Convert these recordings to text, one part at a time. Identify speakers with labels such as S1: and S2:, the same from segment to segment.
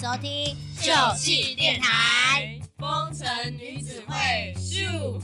S1: 收听
S2: 秀气电台，风尘女子会咻。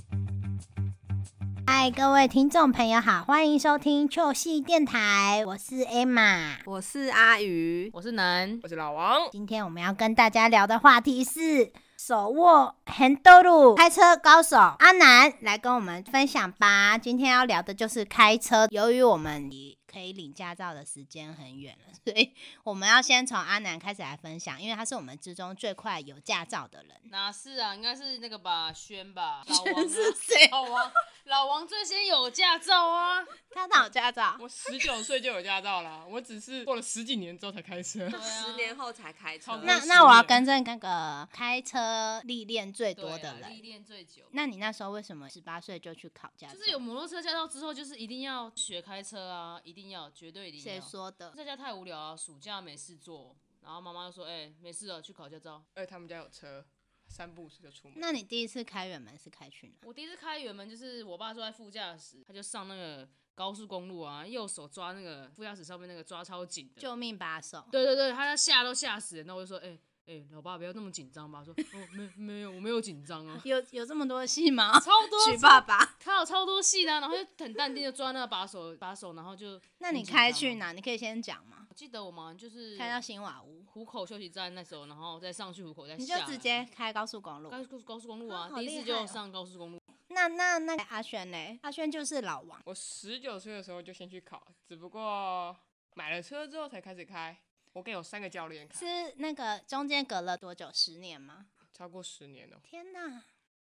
S1: 嗨，各位听众朋友好，欢迎收听秀系电台，我是 Emma。
S3: 我是阿鱼，
S2: 我是能，我是老王。
S1: 今天我们要跟大家聊的话题是手握 h a n d l 开车高手阿南来跟我们分享吧。今天要聊的就是开车，由于我们离可以领驾照的时间很远了，所以我们要先从阿南开始来分享，因为他是我们之中最快有驾照的人。
S2: 哪是啊？应该是那个吧，轩吧，老王、啊、
S1: 是谁？
S2: 老王，老王最先有驾照啊！
S1: 他哪有驾照？
S4: 我十九岁就有驾照啦，我只是过了十几年之后才开车。
S2: 对啊
S3: 十年后才开车
S4: 超，过
S1: 那
S4: 十
S1: 那我要
S4: 年
S1: 跟正那个开车历练最
S2: 对
S1: 多的
S2: 啊历
S1: 人。
S2: 练最久。
S1: 那你那时候为什么十八岁就去考驾照？
S2: 就是有摩托车驾照之后，就是一定要学开车啊，一定要，绝对一定
S1: 谁
S2: 要。
S1: 说的？
S2: 在家太无聊啊，暑假没事做，然后妈妈就说：“哎、没事了，去考驾照。
S4: 而且他们家有车，三不五时就出门。
S1: 那你第一次开远门是开去哪”？
S2: 我第一次开远门就是我爸坐在副驾驶，他就上那个高速公路啊，右手抓那个副驾驶上面那个抓超紧的，
S1: 救命把手！
S2: 对对对，他要吓都吓死人。那我就说：“哎、哎、老爸不要那么紧张吧。”说：“哦，没没有，我没有紧张 啊。”
S1: 有有这么多戏吗？
S2: 超 多
S3: 娶 爸爸，
S2: 他有超多戏的啊，然后就很淡定的抓那个把手，把手，然后就
S1: 那你
S2: 很紧张啊
S1: 开去？哪？你可以先讲嘛。
S2: 我记得我们就是
S1: 开到新瓦屋，
S2: 虎口休息站那时候，然后再上去虎口，再
S1: 你
S2: 下
S1: 就
S2: 来
S1: 直接开高速公路。
S2: 高速高速公路啊
S1: 啊，好
S2: 第
S1: 厉害哦
S2: 一次就上高速公路，
S1: 那那那阿轩呢？阿轩就是老王，
S4: 我十九岁的时候就先去考，只不过买了车之后才开始开。我跟有三个教练开，
S1: 是那个中间隔了多久？十年吗？
S4: 超过十年了，
S1: 天哪！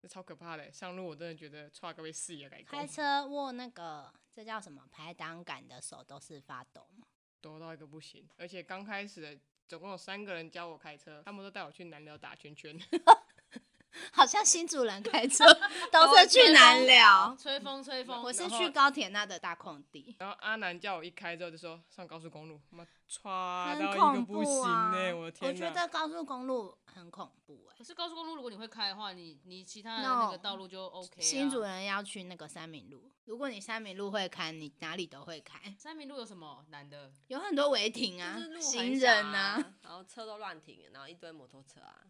S4: 这超可怕的。上路我真的觉得差各位视野改
S1: 开
S4: 观，
S1: 车握那个这叫什么排挡杆的手都是发抖吗？
S4: 多到一个不行。而且刚开始的总共有三个人教我开车，他们都带我去南寮打圈圈。
S1: 好像新主人开车都
S4: 哦
S1: 是去南寮，
S2: 吹风吹风，
S1: 我是
S4: 然后
S1: 去高铁那的大空地。
S4: 然后阿南叫我一开之后就说上高速公路，妈差
S1: 很
S4: 到一个
S1: 恐
S4: 不
S1: 怖
S4: 行
S1: 啊！
S4: 呢、我的天哪！
S1: 觉得高速公路很恐怖哎、
S2: 可是高速公路如果你会开的话，你你其他的
S1: No
S2: 那个道路就 OK 啊。
S1: 新主人要去那个三明路，如果你三明路会开，你哪里都会开，
S2: 三民路有什么难的？
S1: 有很多违停
S3: 就
S1: 啊
S3: 是、路
S1: 行
S3: 很
S1: 人
S3: 小
S1: 啊。，
S3: 然后车都乱停，然后一堆摩托车啊，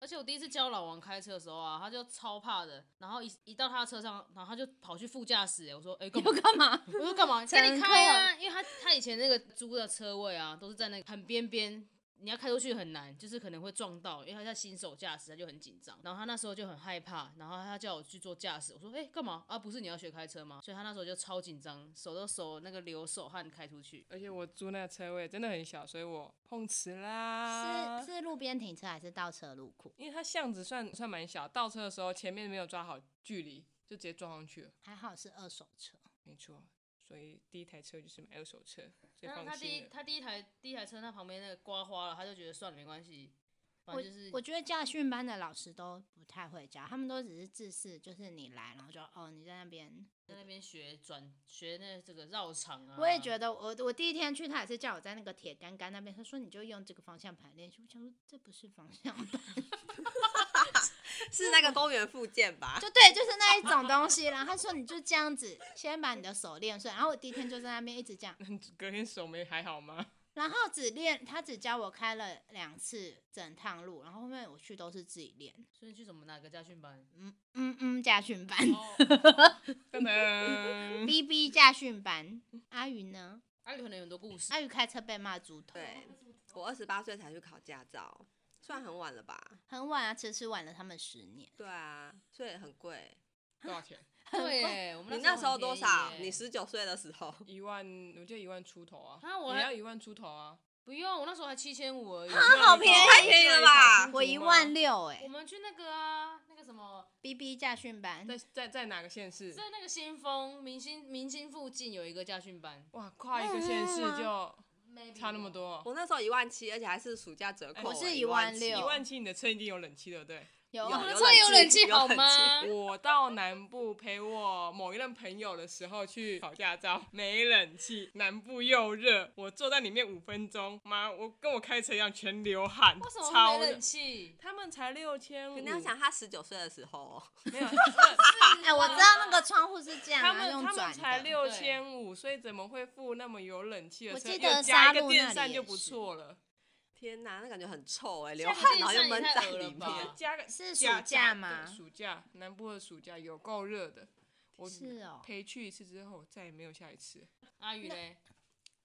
S2: 而且我第一次教老王开车的时候啊，他就超怕的，然后一一到他的车上，然后他就跑去副驾驶欸，我说：“ 哎、干嘛
S1: 要干 嘛？
S2: 我说干嘛？
S1: 乘
S2: 给你开啊！因为他他以前那个租的车位啊，都是在那个很边边，你要开出去很难，就是可能会撞到，因为他在新手驾驶，他就很紧张。然后他那时候就很害怕，然后他叫我去做驾驶，我说哎干、嘛啊？不是你要学开车吗？所以他那时候就超紧张，手都手那个流手汗开出去。
S4: 而且我租那个车位真的很小，所以我碰瓷啦。
S1: 是，是路边停车还是倒车入库？
S4: 因为它巷子算算蛮小，倒车的时候前面没有抓好距离，就直接撞上去了。
S1: 还好是二手车，
S4: 没错，所以第一台车就是买二手车，最
S2: 然后
S4: 放
S2: 他第
S4: 心
S2: 一
S4: 了。
S2: 他第一台第一台车，他旁边那个刮花了，他就觉得算了没关系，反
S1: 我
S2: 正就是
S1: 我觉得驾训班的老师都不太会教，他们都只是自视，就是你来，然后就哦你在那边。
S2: 在那边学转学那这个绕场啊。
S1: 我也觉得我我第一天去，他也是叫我在那个铁杆杆那边，他说你就用这个方向盘练习。我想说这不是方向盘，
S3: 是那个公园附近吧？
S1: 就对，就是那一种东西啦。他说你就这样子，先把你的手练顺。然后我第一天就在那边一直这 样，
S4: 隔天手没还好吗？
S1: 然后只练他只教我开了两次整趟路，然后后面我去都是自己练。
S2: 所以你去什么哪个家训班？
S1: 嗯嗯嗯，驾训班
S4: 噔噔，
S1: ，B B 驾训班。阿宇呢？
S2: 阿宇可能啊有很多 故事。
S1: 阿宇开车被骂猪头，
S3: 对，我二十八岁才去考驾照，算很晚了吧？
S1: 很晚啊，迟迟晚了他们十年。
S3: 对啊，所以很贵。
S4: 多少钱？
S2: 对耶，我们
S3: 你那时
S2: 时
S3: 候
S2: 很
S3: 多
S2: 便宜
S3: 少？
S2: 耶
S3: 你十九岁的时候，
S4: 一万，我记得一万出头啊。
S2: 啊我
S4: 也
S2: 还啊
S4: 要一万出头啊。
S2: 不用，我那时候还七千五而已。
S4: 那
S1: 好
S4: 你
S1: 便宜
S4: 考
S3: 太便宜
S4: 那
S3: 了吧
S4: 你考新竹吗
S1: 我一万六哎、
S2: 我们去那个啊，那个什么，
S1: b B 驾训班，
S4: 在在在哪个县市？
S2: 在那个先锋明星明星附近有一个家训班，
S4: 哇，跨一个县市就差那么。多。
S3: 我那时候一万七，而且还是暑假折扣欸，
S4: 我
S1: 是
S3: 一
S1: 16,000
S4: 一万七，你的车已经有冷气了，对不对？
S1: 有
S2: 我
S1: 啊
S2: 们的
S3: 有
S2: 车
S3: 冷
S2: 有
S3: 气
S2: 冷气
S3: 有
S2: 好
S3: 冷
S2: 吗？
S4: 我到南部陪我某一任朋友的时候去考驾照，没冷气，南部又热，我坐在里面五分钟，妈，我跟我开车一样全流汗，
S2: 为什么
S4: 超
S2: 没
S4: 热
S2: 冷。气？
S4: 他们才六千五，
S3: 你要想他十九岁的时候哦，
S4: 没有，
S1: 哎、我知道那个窗户是这样、啊，
S4: 他们
S1: 用
S4: 他们
S1: 转
S4: 才
S1: 的。
S4: 六千五，所以怎么会付那么有冷气的车？
S1: 我记得
S4: 又加
S1: 沙
S4: 一个
S1: 鹿
S4: 电
S1: 那里
S4: 扇
S1: 也
S4: 就不
S1: 是
S4: 错了。
S3: 天哪，那感觉很臭哎、流
S2: 夏
S3: 汗
S2: 令
S3: 然后又
S2: 营
S3: 闷
S2: 太
S3: 在
S2: 恶了
S3: 里
S2: 吧
S3: 面。
S4: 加个
S1: 是
S4: 加
S1: 暑假
S4: 加
S1: 吗
S4: 对暑假南部的暑假有够热的，我
S1: 是哦
S4: 陪去一次之后再也没有下一次。
S2: 阿宇嘞，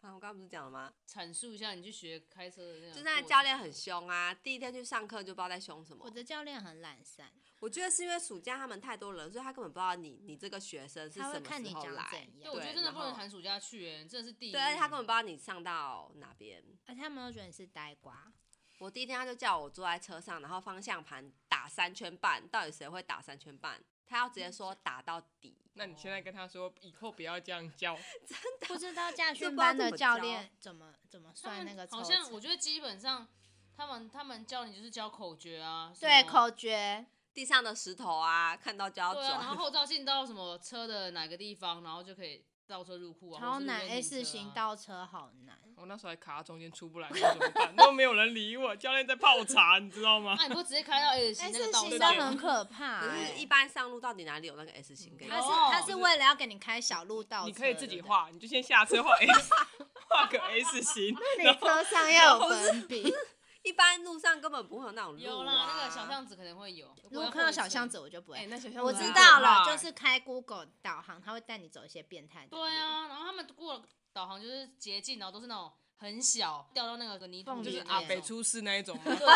S3: 啊，我刚刚不是讲了吗？
S2: 阐述一下你去学开车的那样。
S3: 就是那教练很凶啊，第一天去上课就不知道在凶什么
S1: 我。的教练很懒散，
S3: 我觉得是因为暑假他们太多人，所以他根本不知道你你这个学生是
S1: 他
S3: 什
S1: 会
S3: 么
S1: 看你
S3: 时候
S1: 长
S3: 来。
S1: 怎
S2: 对，
S1: 样
S2: 我，觉得真的
S3: 然
S2: 不能
S3: 后
S2: 寒暑假去、欸，真的是第一。
S3: 对，而且他根本不知道你上到哪边。
S1: 而且他们都觉得你是呆 瓜。
S3: 我第一天他就叫我坐在车上，然后方向盘打三圈半，到底谁会打三圈半？他要直接说打到底。
S4: 那你现
S1: 哦
S4: 在跟他说以后不要这样教，
S1: 不知道驾
S3: 这
S1: 训
S3: 不知道
S1: 班
S3: 怎
S1: 的
S3: 么
S1: 教
S3: 教
S1: 练怎么怎么算那个抽
S2: 好像
S1: 成
S2: 我觉得基本上他们他们教你就是教口诀啊，什
S1: 对
S2: 么
S1: 口诀，
S3: 地上的石头啊，看到就要
S2: 对啊，然后
S3: 转。
S2: 后照镜到什么车的哪个地方，然后就可以倒车入库啊，
S1: 超难 A
S2: 四
S1: 四
S4: 啊
S1: 型倒车好难。
S4: 我那时候还卡在中间出不来，我怎么办？都没有人理我，教练在泡茶，你知道 吗
S2: 啊那、？你不直接开到 A 型
S1: A
S2: 那个
S1: 哎四
S2: 倒
S1: 型
S2: 车
S1: 都
S4: 道
S1: 很可怕
S3: 可
S1: 欸、
S3: 是，一般上路到底哪里有那个 S 型给你
S1: 他是
S2: 有
S1: 他是
S4: 就是
S1: 为了要给你开小路倒车，
S4: 哦你可以自己
S1: 对不对。
S4: 画，你就先下车画 S，画 个 S 型，然
S1: 你
S4: 后
S1: 车上要有粉笔，
S3: 一般路上根本不会有那种路、啊。
S2: 有啦，那个小巷子可能会有。
S1: 如果看到小巷子，我就不
S4: 哎、
S1: 会。
S4: 那小象
S1: 我
S4: 子
S1: 知
S2: 嗯
S4: 很可
S1: 道
S4: 怕
S1: 了，
S4: 哎
S1: 就是开 Google 导航，它会带你走一些变态的。
S2: 对，啊，然后他们过导航就是捷径，然后都是那种很小掉到那个泥
S1: 缝
S2: 土
S1: 里
S4: 就
S2: 里
S4: 是
S2: 的
S4: 阿
S2: 那
S4: 北
S2: 种。
S4: 出事那一种吗？
S2: 对，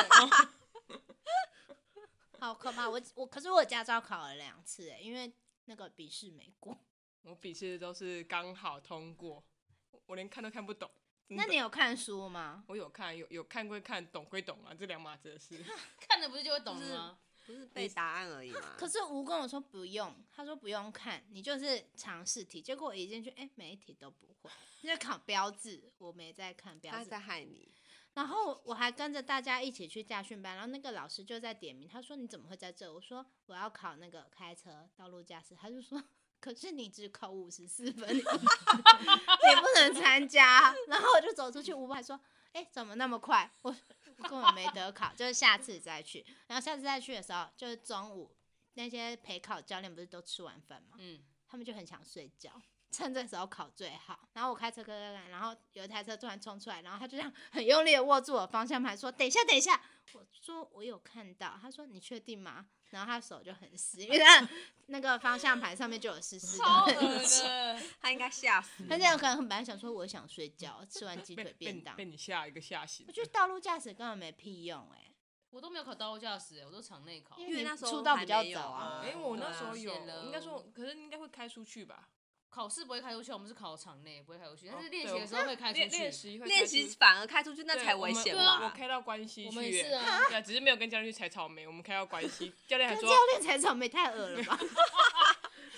S1: 好可怕！我我可是我驾照考了两次、欸，因为那个笔试没过。
S4: 我笔试都是刚好通过，我我连看都看不懂。真
S1: 那
S4: 的
S1: 你有看书吗？
S4: 我有看，有有看归看，懂归懂啊，这两码子的事。
S2: 看了不是就会懂了吗？
S3: 不是背答案而已嘛。
S1: 可是吴跟我说不用，他说不用看，你就是尝试题。结果我一进去，哎、每一题都不会，因为考标志，我没在看标
S3: 他
S1: 志
S3: 在。害你，
S1: 然后我还跟着大家一起去驾训班，然后那个老师就在点名，他说你怎么会在这？我说我要考那个开车道路驾驶，他就说。可是你只考五十四分， 你你不能参加。然后我就走出去，五百说：“哎、怎么那么快？我我根本没得考，就是下次再去。然后下次再去的时候，就是中午那些陪考教练不是都吃完饭吗？
S2: 嗯，
S1: 他们就很想睡觉，趁这时候考最好。然后我开车开开开，然后有一台车突然冲出来，然后他就这样很用力的握住我方向盘，说：“等一下，等一下。”我说：“我有看到。”他说：“你确定吗？”然后他手就很湿，因为他那个方向盘上面就有湿湿的
S2: 超恶
S1: 痕迹。
S2: 的。
S3: 他应该吓死
S1: 他这样可能很本来想说我想睡觉，吃完鸡
S4: 被
S1: 腿
S4: 被
S1: 便
S4: 你
S1: 当
S4: 被。你吓一个吓醒
S1: 我。觉得道路驾驶根本没屁用哎、
S2: 我都没有考道路驾驶，我都场内考。
S1: 因
S3: 因为
S1: 你
S3: 那时候
S1: 出道比较
S3: 还没有
S1: 早啊
S3: 啊。
S4: 哎、我那时候
S2: 对啊
S4: 有，
S2: 显了
S4: 应该说，可是应该会开出去吧？
S2: 考试不会开出去，我们是考场内不会开出去，但是
S4: 哦
S2: 练习
S4: 对
S2: 的时候会开出
S4: 练练
S2: 去。
S4: 习会开
S3: 练
S4: 出
S3: 习
S4: 去
S3: 反而开出去那
S4: 对
S3: 才
S4: 我
S3: 危
S4: 们
S3: 险
S4: 对啊我
S3: 吧？
S4: 开到关西
S2: 我
S4: 去
S2: 们也
S4: 耶，
S2: 是啊，
S4: 对啊，只是没有跟教练去采草莓，我们开到关西，教练还
S1: 跟
S4: 说
S1: 教，练才草莓太恶了吧？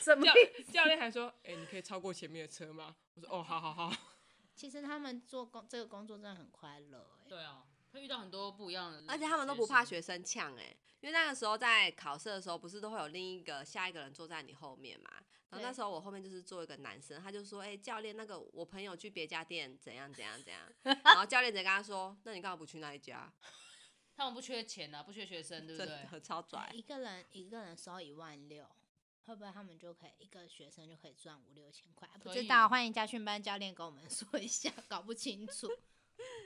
S1: 什么意
S4: 教
S1: 思？
S4: 教练还说，哎、你可以超过前面的车吗？我说，哦，好好好。
S1: 其实他们做工这个工作真的很快乐哎、
S2: 对啊，会遇到很多不一样的，
S3: 而且他们都不怕。学生呛哎、因为那个时候在考试的时候，不是都会有另一个下一个人坐在你后面嘛？然
S1: 对
S3: 后那时候我后面就是坐一个男生，他就说：“哎、教练，那个我朋友去别家店怎样怎样怎样。”然后教练直接跟他说：“那你干嘛不去那一家
S2: 他们不缺钱啊，不缺学？”生，对
S3: 真
S2: 不对？
S3: 的超拽
S1: 哎，一个人一个人收一万六，会不会他们就可以一个学生就可以赚五六千块？啊不
S2: 可
S1: 知
S2: 以
S1: 道，欢迎家训班教练跟我们说一下，搞不清楚。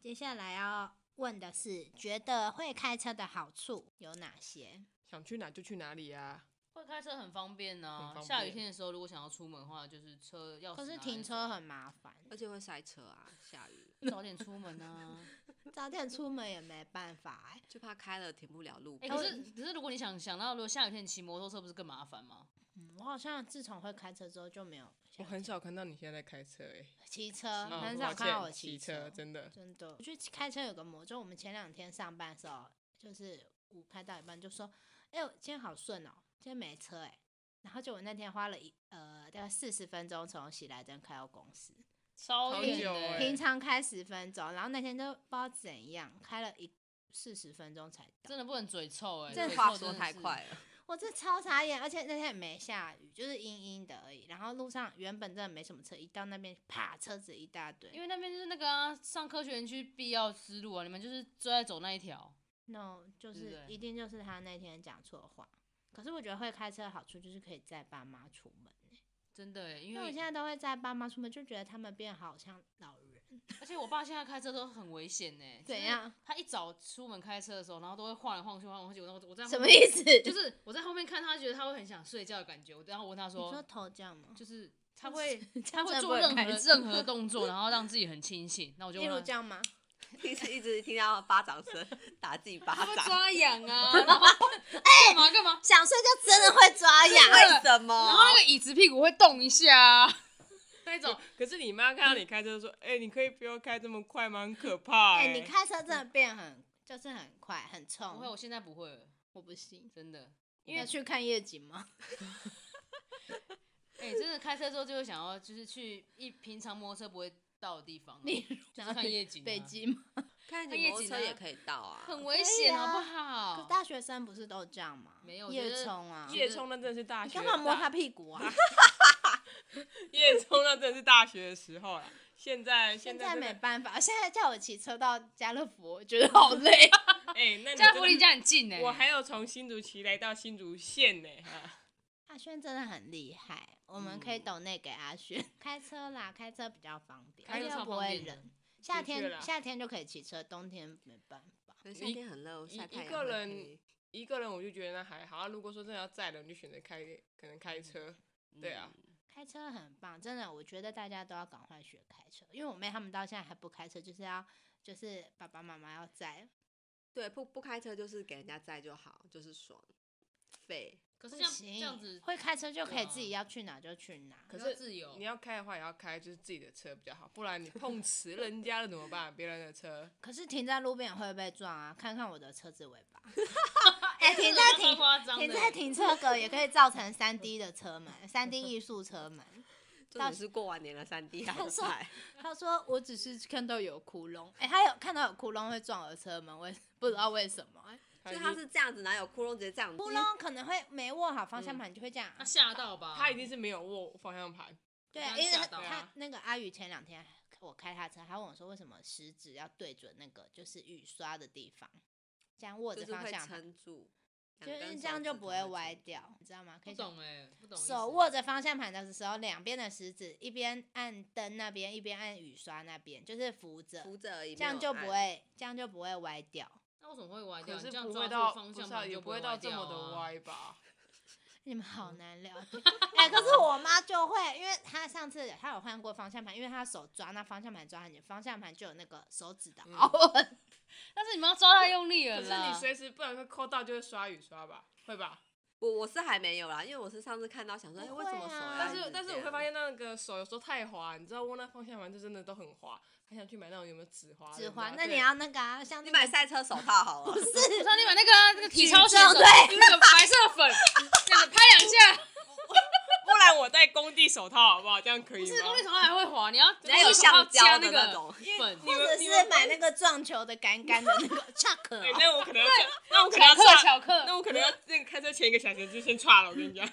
S1: 接下来要问的是，觉得会开车的好处有哪些？
S4: 想去哪就去哪里啊！
S2: 会开车很方便呐、
S4: 很方便
S2: 下雨天的时候，如果想要出门的话，就是车钥匙。
S1: 可是停车，很麻烦，
S3: 而且会塞车啊，下雨
S2: 早点出门 啊。
S1: 早点出门也没办法哎、
S3: 就怕开了停不了路。
S2: 哎、可是可是如果你想想到，如果下雨天你骑摩托车，不是更麻烦吗？
S1: 嗯，我好像自从会开车之后就没有
S4: 我
S1: 想
S4: 很少看到你现在在开车、哎。
S1: 骑车，
S4: 嗯
S1: 很
S4: 抱
S1: 少看到
S4: 歉
S1: 我
S4: 骑
S1: 车
S4: 车，。真的。
S1: 真的，我觉得开车有个魔，就我们前两天上班的时候，就是我开到一半就说：“哎、呦，今天好顺哦，今天没车哎、然后就我那天花了一呃大概四十分钟从喜来登开到公司，
S2: 超
S4: 超
S2: 远
S4: 久
S2: 的欸、
S4: 欸
S1: 平常开十分钟，然后那天就不知道怎样开了一四十分钟才到。
S2: 真的不能嘴臭哎、
S3: 这
S2: 嘴
S3: 话
S2: 臭真
S3: 说
S2: 的
S3: 太
S2: 是
S3: 快了，
S1: 我这超傻眼，而且那天也没下雨，就是阴阴的而已。然后路上原本真的没什么车，一到那边啪车子一大堆。
S2: 因为那边就是那个啊，上科学园区必要之路啊，你们就是最爱走那一条。
S1: no，就
S2: 对不
S1: 是
S2: 对
S1: 一定就是他那天讲错话。可是我觉得会开车的好处就是可以载爸妈出门欸、
S2: 真的欸，因
S1: 因
S2: 为
S1: 为我现在都会载爸妈出门，就觉得他们变好像老人。
S2: 而且我爸现在开车都很危险呢、就是
S1: 怎样？
S2: 他一早出门开车的时候，然后都会晃来晃去，晃来晃去。我我在后
S1: 什么
S2: 面
S1: 意思？你
S2: 就是我在后面看他，觉得他会很想睡觉的感觉。我然后我问他说，
S1: 说头这样吗？
S2: 就是他会
S1: 这
S2: 他
S1: 样
S2: 会
S1: 才不
S2: 做
S1: 会
S2: 任何
S1: 开车
S2: 任何动作，然后让自己很清醒。那我就
S1: 例如
S2: 问
S1: 这
S2: 他，
S1: 样吗？
S3: 一直一直听到巴掌声，打自己巴
S2: 他会
S3: 掌，
S2: 抓痒啊， 然后
S1: 哎
S2: 干嘛干嘛，
S1: 想睡就真的会抓痒，
S3: 为什
S1: 哦
S2: 然后
S3: 么
S2: 那？个椅子屁股会动一下啊，那种。
S4: 可是你妈看到你开车说：“哎、你可以不要开这么快吗？很可怕、
S1: 哎、
S4: 哎、
S1: 你开车真的变很，就是很快，很
S2: 不会，
S1: 冲。
S2: 我现在不会了，
S1: 我不信，
S2: 真的。
S1: 因为去看夜景 吗？
S2: 哎、真的开车之后就会想要，就是去一平常摩托车不会到的地方啊、
S1: 例如
S2: 就
S1: 哪
S2: 是
S1: 里
S2: 看夜景、啊，
S1: 北极吗？
S3: 看
S2: 他
S3: 你
S2: 夜
S3: 摩托
S2: 景
S3: 车
S2: 啊
S3: 也可以到啊，
S2: 很危
S1: 可以
S2: 险，好不
S1: 啊
S2: 好？
S1: 可是大学生不是都这样吗？
S2: 哦没有我觉得
S1: 夜冲啊，
S4: 夜冲那真的是大
S1: 你
S4: 学，
S1: 干嘛摸他屁股啊？
S4: 夜冲那真的是大学的时候了。现在
S1: 现
S4: 在
S1: 在
S4: 真
S1: 没
S4: 的
S1: 办法，现在叫我骑车到家乐福，我觉得好累。
S4: 哎、那你
S2: 家
S4: 真
S2: 福
S4: 的
S2: 离家很近欸呢、
S4: 我还有从新竹骑来到新竹县呢、哈
S1: 阿轩真的很厉害，我们可以
S4: 嗯
S1: 抖内给阿轩开车啦，开车比较方便，
S2: 开
S1: 而
S2: 车
S1: 且
S2: 超
S1: 又不
S2: 方
S1: 会
S2: 便的
S1: 冷。夏
S4: 的确啦
S1: 天夏天就可以骑车，冬天没办法。
S3: 可是夏
S4: 一
S3: 天很热，
S4: 一
S3: 晒太
S4: 一
S3: 阳
S4: 个
S3: 会
S4: 人
S3: 黑
S4: 一个人我就觉得那还好，啊如果说真的要载人，我就选择开，可能开
S2: 嗯
S4: 车。对啊，
S1: 开车很棒，真的，我觉得大家都要赶快学开车，因为我妹他们到现在还不开车，就是要就是爸爸妈妈要载。
S3: 对，不不开车就是给人家载就好，就是爽，废。
S2: 可是
S1: 不
S2: 这样这
S1: 行
S2: 样子，
S1: 会开车就可以
S2: 对啊
S1: 自己要去哪就去哪。
S2: 可
S4: 可
S2: 是
S4: 是
S2: 自由
S4: 你。要开的话，也要开就是自己的车比较好，不然你碰瓷人家了怎么办？别人的车，
S1: 可是停在路边也会被撞啊！看看我的车子尾巴，哎、停在
S2: 这个
S1: 停
S2: 超夸张的
S1: 停在停车格也可以造成三 D 的车门，三 D 艺术车门。
S3: 重点是过完年了，三 D 还不
S1: 说
S3: 拍，
S1: 他说我只是看到有窟窿，哎、他有看到有窟窿会撞我的车门，我也不知道为什么、哎
S3: 就
S4: 已
S3: 他
S4: 经
S3: 是这样子，哪有窟窿直接这样
S1: 窟
S3: 捏
S1: 窿可能会没握好方向盘，就会这样啊、
S2: 他吓到吧？
S4: 他一定是没有握方向盘，
S1: 对
S2: 他，
S1: 因为
S2: 吓
S1: 他
S2: 到
S1: 他
S4: 啊
S1: 那个阿宇前两天我开他车，他问我说为什么食指要对准那个就是雨刷的地方，这样握着
S3: 就是
S1: 方
S3: 会
S1: 向盘，
S3: 撑住，
S1: 就
S3: 两根
S1: 是这样
S3: 手
S1: 就
S3: 指
S1: 不
S3: 头
S1: 会
S3: 撑
S1: 歪
S3: 住。
S1: 掉，你知道吗？可
S2: 不
S1: 以想
S2: 懂哎，不懂意思。
S1: 手握着方向盘的时候，两边的食指一边按灯那边，一边按雨刷那边，就是扶着，
S3: 扶着而已，
S1: 这样
S3: 没有
S1: 就不
S3: 按。
S1: 会，这样就不会歪掉。
S2: 那为什么会歪掉？
S4: 可是
S2: 啊你这样
S4: 不
S2: 抓
S4: 会
S2: 住
S4: 到，
S2: 方
S4: 不
S2: 向
S4: 是啊
S2: 盘
S4: 也
S2: 就
S4: 不会到这
S2: 掉
S4: 么的
S2: 啊。
S4: 歪吧？
S1: 你们好难聊天，哎、可是我妈就会，因为她上次她有换过方向盘，因为她手抓那方向盘抓很紧，方向盘就有那个手指的凹痕。
S2: 但是你们要抓太用力了
S4: 可是你
S2: 啦。
S4: 随时不然会扣到，就会刷雨刷吧，会 吧？
S3: 我我是还没有啦，因为我是上次看到想说，哎，
S1: 不
S3: 为什
S1: 会
S3: 么手
S1: 啊
S3: 要
S4: 但
S3: 一
S4: 是
S3: 直
S4: 但是
S3: 这
S4: 我会发
S3: 样
S4: 现那个手有时候太滑，你知道握那方向盘就真的都很滑，很想去买那种有没有指滑的？
S1: 指
S4: 知
S1: 环
S4: 道，
S1: 那你
S4: 对
S1: 要那个啊，像
S3: 你
S1: 那
S3: 买
S1: 个
S3: 赛车手套好了，
S2: 不是啊你买那个啊那个体操选手，
S1: 举重
S2: 对，那个白色粉， 这样子拍两下，
S4: 不然我戴工地手套好不好？这样可以
S2: 不是
S4: 吗
S2: 公？力手套还会滑，你要
S3: 人家有橡胶
S2: 加
S3: 的
S2: 那
S3: 那
S2: 个
S3: 种，
S2: 粉，
S1: 或 者是买那个撞球的杆杆的那个 chuck，
S4: 哎，
S1: 哦
S4: 那我可能要这样，那我可能
S2: 巧
S4: 要
S2: 克
S4: 岔，
S2: 巧克，
S4: 那我可能要那个开车前一个小时就先岔了。我跟你讲，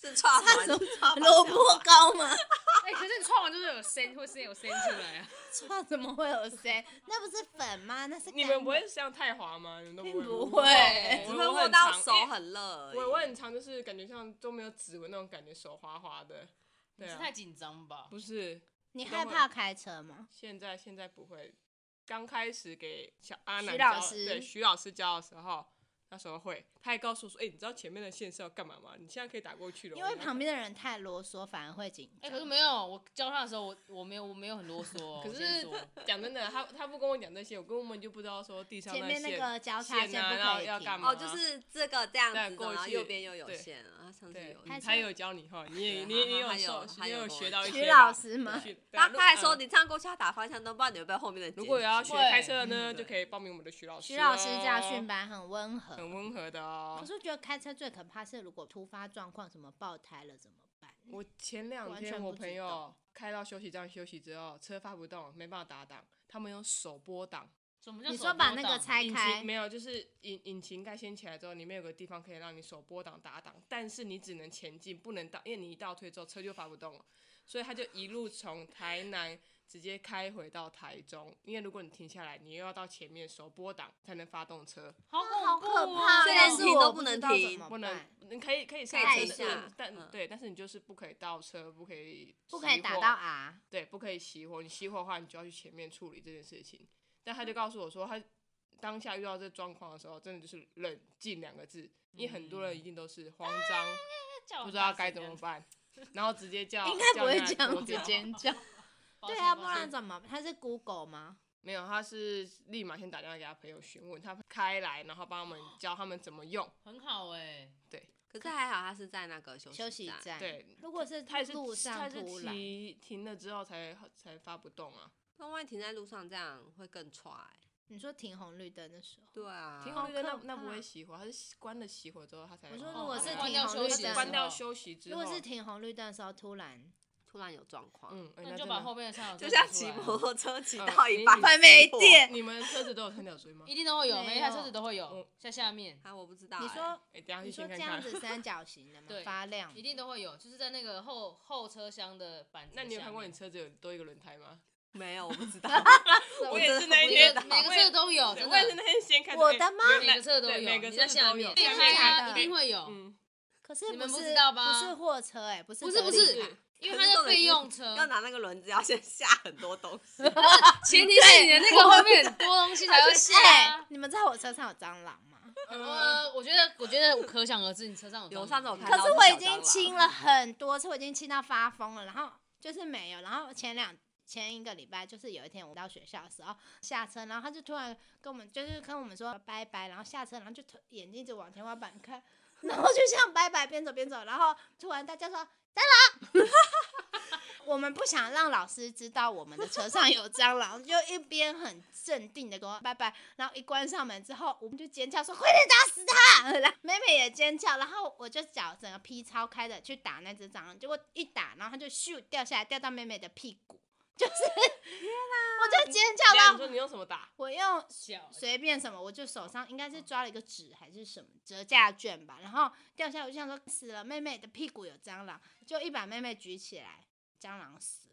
S3: 是 串环，串环
S1: 萝卜糕吗？
S2: 哎，可是你穿完就是有声，会声有声出来啊。
S1: 撞怎么会有声？那不是粉吗？那是
S4: 你
S1: 干
S4: 们不会这样太滑吗？你们都
S1: 并
S4: 不
S1: 不
S4: 会
S1: 会
S4: 吗，
S3: 只
S4: 我
S3: 会
S4: 我
S3: 握
S4: 很
S3: 到
S4: 常
S3: 手
S4: 因为
S3: 很热而已。
S4: 我我很常就是感觉像都没有指纹那种感觉，手滑滑的。对
S2: 是
S4: 啊，
S2: 太紧张吧？
S4: 不是
S1: 你害怕开车吗？
S4: 现在现在不会，刚开始给小阿
S1: 徐
S4: 南
S1: 老
S4: 教
S1: 师
S4: 对徐老师教的时候，那时候会，他还告诉我说，哎、你知道前面的线是要干嘛吗？你现在可以打过去了。
S1: 因为旁
S4: 边
S1: 边的人太啰嗦，反而会紧
S2: 哎、
S1: 张。
S2: 可是没有，我教他的时候，我我没有我没有很啰嗦、哦。
S4: 可
S2: 我先
S4: 是
S2: 说
S4: 讲真的，他他不跟我讲这些，我根本就不知道说地上
S1: 前面那
S4: 线
S1: 个交叉
S4: 线
S1: 线
S4: 啊
S1: 不
S4: 要
S1: 可以
S4: 要
S1: 停
S4: 干嘛
S3: 哦，就是这个这样
S4: 对
S3: 子的，
S4: 过
S3: 然后
S4: 去
S3: 右边又有
S4: 对
S3: 线啊，上次
S4: 对
S3: 有，
S1: 开
S4: 他
S1: 车
S4: 有教你哈，你也
S3: 对
S4: 你也
S3: 他
S4: 你也受
S3: 他有，他
S4: 你也
S3: 有
S4: 有
S3: 跟
S4: 学
S3: 我
S4: 到一
S1: 徐
S4: 些
S1: 老
S4: 吧
S1: 师吗？
S4: 去
S3: 然后
S4: 对
S3: 他还
S4: 嗯
S3: 说你唱过去要打方向灯，不然你会被后面的人
S4: 如
S3: 检
S4: 果有要
S3: 举
S4: 学
S2: 会
S4: 开车呢，
S3: 嗯
S4: 就可以报名我们的徐老师、
S1: 徐
S4: 哦。
S1: 老师家训班很温和，
S4: 很温和的哦
S1: 可。是我觉得开车最可怕是如果突发状况，什么爆胎了怎么办？
S4: 我前两
S1: 完全
S4: 天
S1: 不
S4: 我
S1: 知
S4: 朋友
S1: 道
S4: 开到休息站休息之后，车发不动，没办法打档，他们用手拨档，
S2: 什么叫
S1: 你
S2: 手
S1: 说把
S2: 拨
S1: 那个
S2: 档
S1: 拆
S4: 引
S1: 开
S4: 擎没有，就是引引擎盖掀起来之后，里面有个地方可以让你手拨挡打挡，但是你只能前进，不能倒，因为你一倒退之后车就发不动了，所以他就一路从台南直接开回到台中，因为如果你停下来，你又要到前面手拨挡才能发动车，
S2: 好
S1: 啊好
S2: 恐
S1: 可
S2: 怖
S1: 怕
S2: 啊！
S1: 哦！
S3: 虽然
S1: 但是
S3: 停
S1: 我
S3: 都
S1: 不
S3: 不能
S1: 知道怎
S3: 停
S1: 么
S4: 不能
S1: 办，
S4: 你可以可以
S3: 可
S4: 刹
S1: 以
S4: 车
S1: 停
S4: 的
S3: 下
S4: 但、
S3: 嗯
S4: 对，但是你就是不可以倒车，不可以
S1: 不可以
S4: 熄
S1: 打
S4: 火
S1: 到啊 R。
S4: 对，不可以熄火。你熄火的话，你就要去前面处理这件事情。但他就告诉我说，他当下遇到这状况的时候，真的就是冷静两个字，因为很多
S1: 嗯
S4: 人一定都是慌张，
S2: 叫
S4: 不知道该怎么 办，然后直接哦叫
S1: 应该不会这
S4: 叫那
S1: 样
S4: 个
S1: 子
S4: 人
S1: 尖叫。
S2: 办
S1: 对啊，不然怎么？他是 Google 吗？
S4: 没有，他是立马先打电话给他朋友询问，他开来，然后帮他们
S1: 哦
S4: 教他们怎么用。
S2: 很好哎、
S3: 可是还好他是在那个休
S1: 休息
S3: 站，
S1: 站。，
S4: 啊对，
S1: 哎如果是
S4: 他也是
S1: 路
S4: 他
S1: 上
S4: 是
S1: 突然，
S4: 骑停了之后才才发不动啊。
S3: 那万一停在路上这样会更踹、
S1: 你说停红绿灯的时候，
S3: 对啊，
S4: 停
S1: 好
S4: 红绿灯那
S1: 可
S4: 那不
S1: 怕
S4: 会熄火，他是关了熄火之后他才。
S1: 我说
S4: 哦
S1: 如果
S4: 他
S1: 是
S4: 关
S1: 停
S4: 掉
S1: 红
S4: 休
S1: 绿
S4: 息
S1: 灯
S4: 关掉
S2: 的时候
S4: 休息之
S1: 啊如
S4: 后，
S1: 果是停红绿灯的时候突然，
S3: 突然有状况，
S4: 嗯，哎
S2: 那
S4: 那
S2: 你就
S4: 真
S2: 把
S4: 的
S2: 后面的参考
S3: 就
S2: 书
S3: 像
S2: 拿出
S3: 骑
S2: 来
S3: 摩托车骑
S4: 嗯
S3: 到
S4: 你
S3: 一
S1: 快
S3: 半快
S1: 没电
S4: 你们车子都有三角锥吗？
S2: 一定都会有，
S1: 没
S2: 每一台
S1: 有
S2: 车子都会有
S4: 嗯，
S2: 在下面
S3: 啊，我不知道、
S1: 你
S3: 欸
S1: 说
S4: 哎，等一下
S1: 你
S4: 去
S1: 说
S4: 先
S1: 这
S4: 看
S1: 样
S4: 看。
S1: 子三角形的吗？
S2: 对
S1: 发亮
S2: 一定都会有，就是在那个后后车厢的板子。
S4: 那你有看过你？车子有多一个轮胎吗？
S3: 没有，我不知 道，
S4: 我
S3: 真
S4: 也
S3: 的
S4: 是
S3: 不
S4: 那一
S2: 每
S4: 天
S3: 知
S2: 个
S3: 道
S2: 每个车子都有，
S4: 对
S2: 真
S4: 我也是
S2: 的，
S4: 那天先看
S1: 我
S4: 哎
S1: 的吗
S4: 原来
S2: 每个车子都
S4: 对
S2: 有，
S4: 每个
S2: 你
S4: 车
S2: 在
S4: 子
S2: 下
S4: 都
S2: 面，
S4: 有下
S2: 被
S1: 面
S2: 开
S1: 看
S2: 啊，
S1: 到
S2: 一定会有。
S4: 嗯，
S1: 可是
S2: 你们
S1: 不
S2: 不
S1: 是
S2: 知道吧
S1: 不是货车哎，不是
S2: 不是
S1: 德
S2: 不
S1: 利
S2: 是
S1: 卡，
S2: 因为它
S3: 可是
S2: 是
S3: 重
S2: 备
S3: 点是
S2: 用车，
S3: 要拿那个轮子要先下很多东西，
S4: 嗯
S2: 啊前提是你的那个后面很多东西才会下
S1: 哎
S2: 啊。，
S1: 你们知道我车上有蟑螂吗？
S4: 呃，
S2: 呃，我觉得，我觉得可想而知，你车上有
S3: 有
S2: 蟑
S3: 上次
S2: 螂
S4: 嗯
S3: 我看
S1: 可
S3: 到
S1: 是我
S3: 小
S1: 已经
S3: 蟑
S1: 清
S3: 螂
S1: 了很多次，我已经清到发疯了，然后就是没有，然后前两前一个礼拜就是有一天我到学校的时候下车，然后他就突然跟我们就是跟我们说拜拜，然后下车，然后就突眼睛一直往天花板看，然后就像拜拜边走边走，然后突然大家说蟑螂。 我们不想让老师知道我们的车上有蟑螂，就一边很镇定的跟我拜拜，然后一关上门之后，我们就尖叫说快点打死它！ 然后妹妹也尖叫，然后我就脚整个劈超开的去打那只蟑螂，结果一打，然后它就咻掉下来，掉到妹妹的屁股，就是我就尖
S4: 等一下
S1: 叫吧，
S4: 你说你用什么打？
S1: 我用
S2: 小
S1: 随便什么，我就手上应该是抓了一个纸还是什么折价券吧，然后掉下来，我就想说死了，妹妹的屁股有蟑螂，就一把妹妹举起来，蟑螂死了。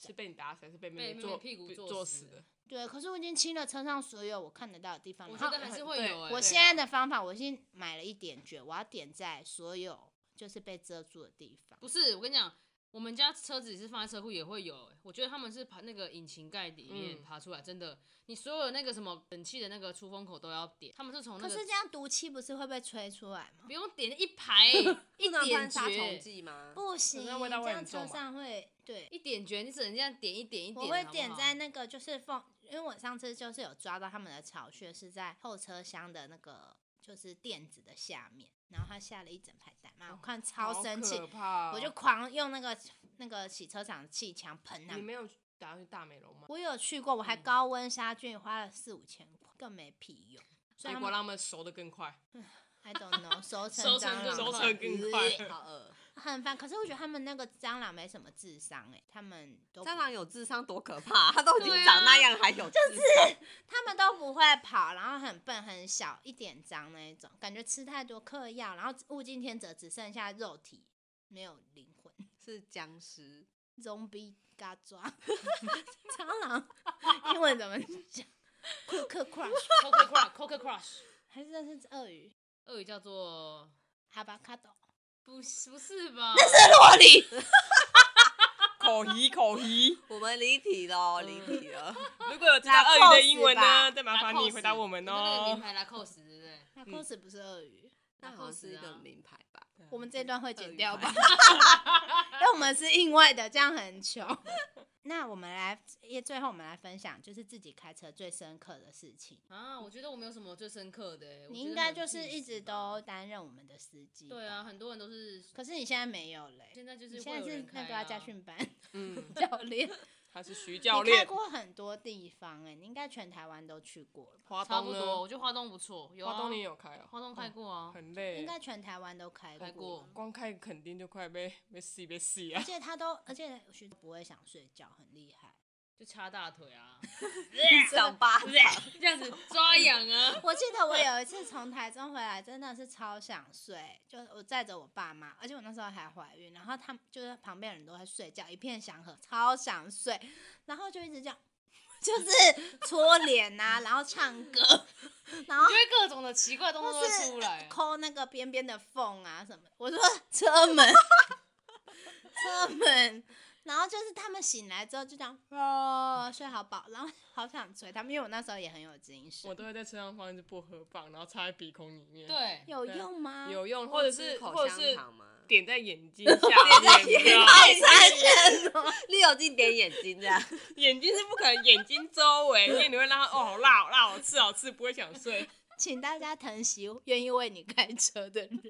S4: 是被你打死还是被妹
S2: 被妹妹
S4: 坐
S2: 屁股
S4: 被
S2: 坐
S4: 坐
S2: 死
S4: 死
S2: 的
S4: 的？
S1: 对，可是我已经清了车上所有我看得到的地方，
S2: 我
S1: 然
S2: 觉
S1: 后
S2: 得还是会有哎、
S4: 对
S1: 我现在的方法，我先买了一点卷，我要点在所有就是被遮住的地方。
S2: 不是，我跟你讲，我们家车子也是放在车库也会有、欸。我觉得他们是爬那个引擎盖里面
S4: 嗯
S2: 爬出来，真的，你所有那个什么冷气的那个出风口都要点，他们是从那
S1: 可
S2: 个
S1: 是这样毒气不是会被吹出来吗
S2: 不？用点一排
S3: 不
S2: 一
S3: 能
S2: 点
S3: 喷杀虫
S2: 绝，
S3: 剂吗？
S1: 不行，
S4: 那味道
S1: 这
S4: 会
S1: 样
S4: 很
S1: 车
S4: 重吧
S1: 上会对。
S2: 一点绝，你只能这样点一点一点。
S1: 我会
S2: 好不
S1: 点
S2: 好
S1: 在那个就是缝，因为我上次就是有抓到他们的巢穴是在后车厢的那个就是垫子的下面，然后他下了一整排蛋嘛，我看超
S4: 好
S1: 生气
S4: 可，怕哦
S1: 我就狂用那个那个洗车场的气枪喷他
S4: 你
S1: 们。
S4: 没有打算去大美容吗？
S1: 我有去过，我还
S2: 嗯
S1: 高温杀菌花了四五千块，更没屁用。所以
S4: 结
S1: 他
S4: 果
S1: 们
S4: 让他们熟的更快。
S1: I don't know，熟成
S2: 熟成
S1: 蟑螂
S2: 更
S4: 熟
S2: 快
S4: 成更快
S3: 呃好饿。
S1: 很烦。可是我觉得他们那个蟑螂没什么智商哎、他们都不
S3: 蟑螂有智商多可怕、它都已经
S2: 对啊
S3: 长那样还有智商，
S1: 他们都不会跑，然后很笨很小，一点脏那一种，感觉吃太多嗑药，然后物竞天择，只剩下肉体，没有灵魂。
S3: 是僵尸。
S1: Zombie 嘎抓蟑螂，英文怎么讲？Cook crush
S2: Coco Crush Coco Crush，
S1: 还是那是鳄鱼
S2: 鳄鱼叫做
S1: avocado？
S2: 不是不是吧？
S1: 洛里
S4: 口译口译，
S3: 我们离题喽，离题了。
S4: 如果有知道鳄鱼的英文呢，再麻烦你
S2: Lacoste，
S4: 回答我们
S2: 就那个名
S4: 哦。
S2: 牌 Lacoste 对不对？
S1: 那 cos 不是鳄鱼，
S3: 那好像是一个
S2: Lacoste 啊
S3: 名牌吧？
S1: 我们这段会
S3: 鳄
S1: 剪
S3: 鱼
S1: 掉吧
S3: 牌？
S1: 嗯 因为我们是另外的，这样很糗。 那我们来，也最后我们来分享，就是自己开车最深刻的事情。
S2: 啊，我觉得我没有什么最深刻的、欸，我
S1: 你
S2: 觉
S1: 应
S2: 得
S1: 该
S2: 很
S1: 就是一
S2: peace
S1: 直
S2: 吧
S1: 都担任我们的司机。
S2: 对啊，，很多人都是
S1: 可是你现在没有嘞、
S2: 现在就
S1: 你
S2: 是会
S1: 现在
S2: 有
S1: 是
S2: 人
S1: 那
S2: 开
S1: 个啊
S2: 啊
S1: 家训 班
S4: 嗯，
S1: 教练，
S4: 他是徐教
S1: 你开
S4: 练，
S1: 过很多地方哎、你应该全台湾都去过了吧？
S4: 华
S2: 差不
S4: 东
S2: 多，我
S4: 呢？
S2: 觉得花东不错，有啊
S4: 华东你也有开哦，
S2: 花东开过啊，
S4: 很累，
S1: 应该全台湾都开
S2: 开过
S1: 了
S4: 光开肯定就快被被洗被洗 啊
S1: 而！且他都，而且徐不会想睡觉，很厉害。
S2: 就掐大腿 啊，
S3: 长疤，
S2: 这样子抓痒啊。
S1: 我记得我有一次 从台中回来，真的是超想睡，就是我载着我爸妈，而且我那时候还怀孕，然后他们就是旁边人都在睡觉，一片祥和，超想睡，然后就一直这样，就是搓脸呐、然后唱歌，然后
S2: 因为各种的奇怪动作都
S1: 或
S2: 会
S1: 是
S2: 出来。啊
S1: 抠那个边边的缝啊什么。我说车门，车门。然后就是他们醒来之后就这样，哦，睡好饱，然后好想捶他们，因为我那时候也很有精神
S4: 我。都会在车上放一支薄荷棒，然后插在鼻孔里面，，
S2: 对，
S1: 有
S4: 对啊
S1: 用吗？
S4: 有用，或者是
S3: 吃口
S4: 或者
S3: 香
S4: 是
S3: 糖吗？
S4: 点在眼睛下
S3: 在
S4: 面，
S3: 眼
S2: 啊
S4: 你知道吗
S1: 太残忍 了！
S3: 绿油精点眼睛这样，
S4: 眼睛是不可能，眼睛周围， 因为你会让它哦好辣好辣，好吃好吃，不会 想睡。
S1: 请大家疼惜愿意为你开车的人。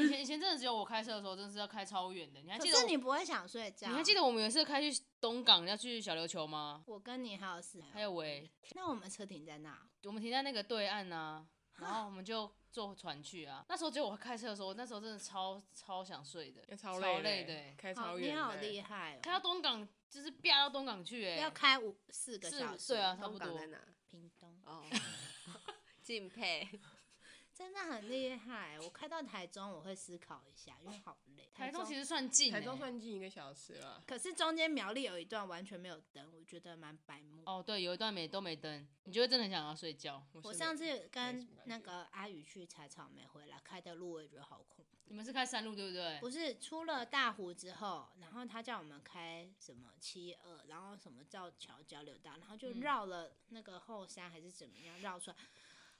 S2: 以前以前真的只有我开车的时候，真的是要开超远的。你还
S1: 可
S2: 记得
S1: 是
S2: 我？
S1: 你不会想睡觉？
S2: 你还记？得我们有一次开去东港要去小琉球吗？
S1: 我跟你还有事，
S2: 还有喂，
S1: 那我们车停在那，
S2: 我们停在那个对岸啊，然后我们就坐船去啊。那时候只有我开车的时候，那时候真的超超想睡的，
S4: 超
S2: 累
S4: 累
S2: 的
S4: 的
S2: 欸
S4: 欸，开
S1: 好，
S4: 超
S1: 哦你
S4: 远的欸。
S1: 好厉害
S2: 开
S1: 哦！
S2: 到东港就是飙到东港去哎、
S1: 要开五四个
S2: 四
S1: 小
S2: 五
S1: 时，
S2: 对啊差
S3: 东
S2: 不
S3: 港
S2: 多
S3: 在哪？
S1: 屏东
S3: 哦，敬佩。
S1: 真的很厉害。哦我开到台中，我会思考一下，因为好累。
S2: 台中
S1: 中
S2: 其实算近、欸，
S4: 台中算近一个小时了。
S1: 可是中间苗栗有一段完全没有灯，我觉得蛮白目。
S2: 哦，对，有一段没都没灯，你就会真的很想要睡觉。
S1: 我
S4: 是
S1: 上
S4: 没
S1: 次
S4: 什
S1: 跟
S4: 么感
S1: 那
S4: 觉
S1: 个阿宇去采草莓回来，开的路我也觉得好恐怖。
S2: 你们是开山路对不对？
S1: 不是出了大湖之后，然后他叫我们开什么七二，然后什么造桥交流道，然后就
S2: 嗯
S1: 绕了那个后山还是怎么样绕出来，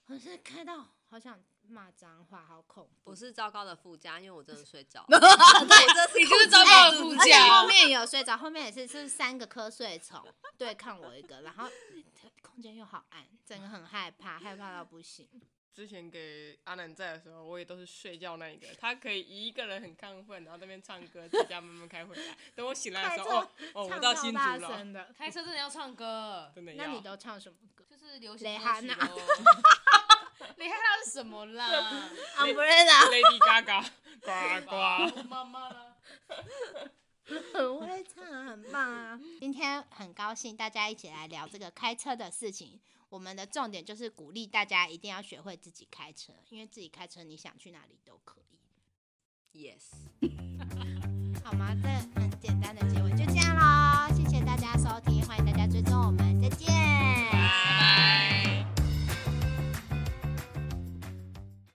S1: 可是开到好想骂脏话，好恐怖。
S3: 我是糟糕的附加，因为我真的睡着了。我这是一个
S2: 就是糟糕的
S1: 哎
S2: 副
S1: 而且后
S2: 驾，
S1: 面有睡着，后面也是是三个瞌睡虫对抗我一个，然后空间又好暗，整个很害怕，害怕到不行。
S4: 之前给阿南在的时候，我也都是睡觉那一个，他可以一个人很亢奋，然后在那边唱歌，自己家慢慢开回来。等我醒来的时候，
S1: 开
S4: 哦哦，我
S1: 唱
S4: 到
S1: 到
S4: 新竹
S1: 大
S4: 了，
S1: 声的，
S2: 开车真的要唱歌，
S4: 真的
S1: 那你
S4: 要。
S1: 都唱什么歌
S2: 就是流行
S1: 蕾
S2: 歌
S1: 哈
S2: 曲
S1: 娜
S2: 咯。蕾哈娜是什么啦？
S1: ？Umbrella
S4: Lady Gaga，呱呱。
S2: 呱妈妈啦。
S1: 很会唱，很棒啊！今天很高兴大家一起来聊这个开车的事情。我们的重点就是鼓励大家一定要学会自己开车，因为自己开车你想去哪里都可以，
S3: yes。
S1: 好吗？这很简单的结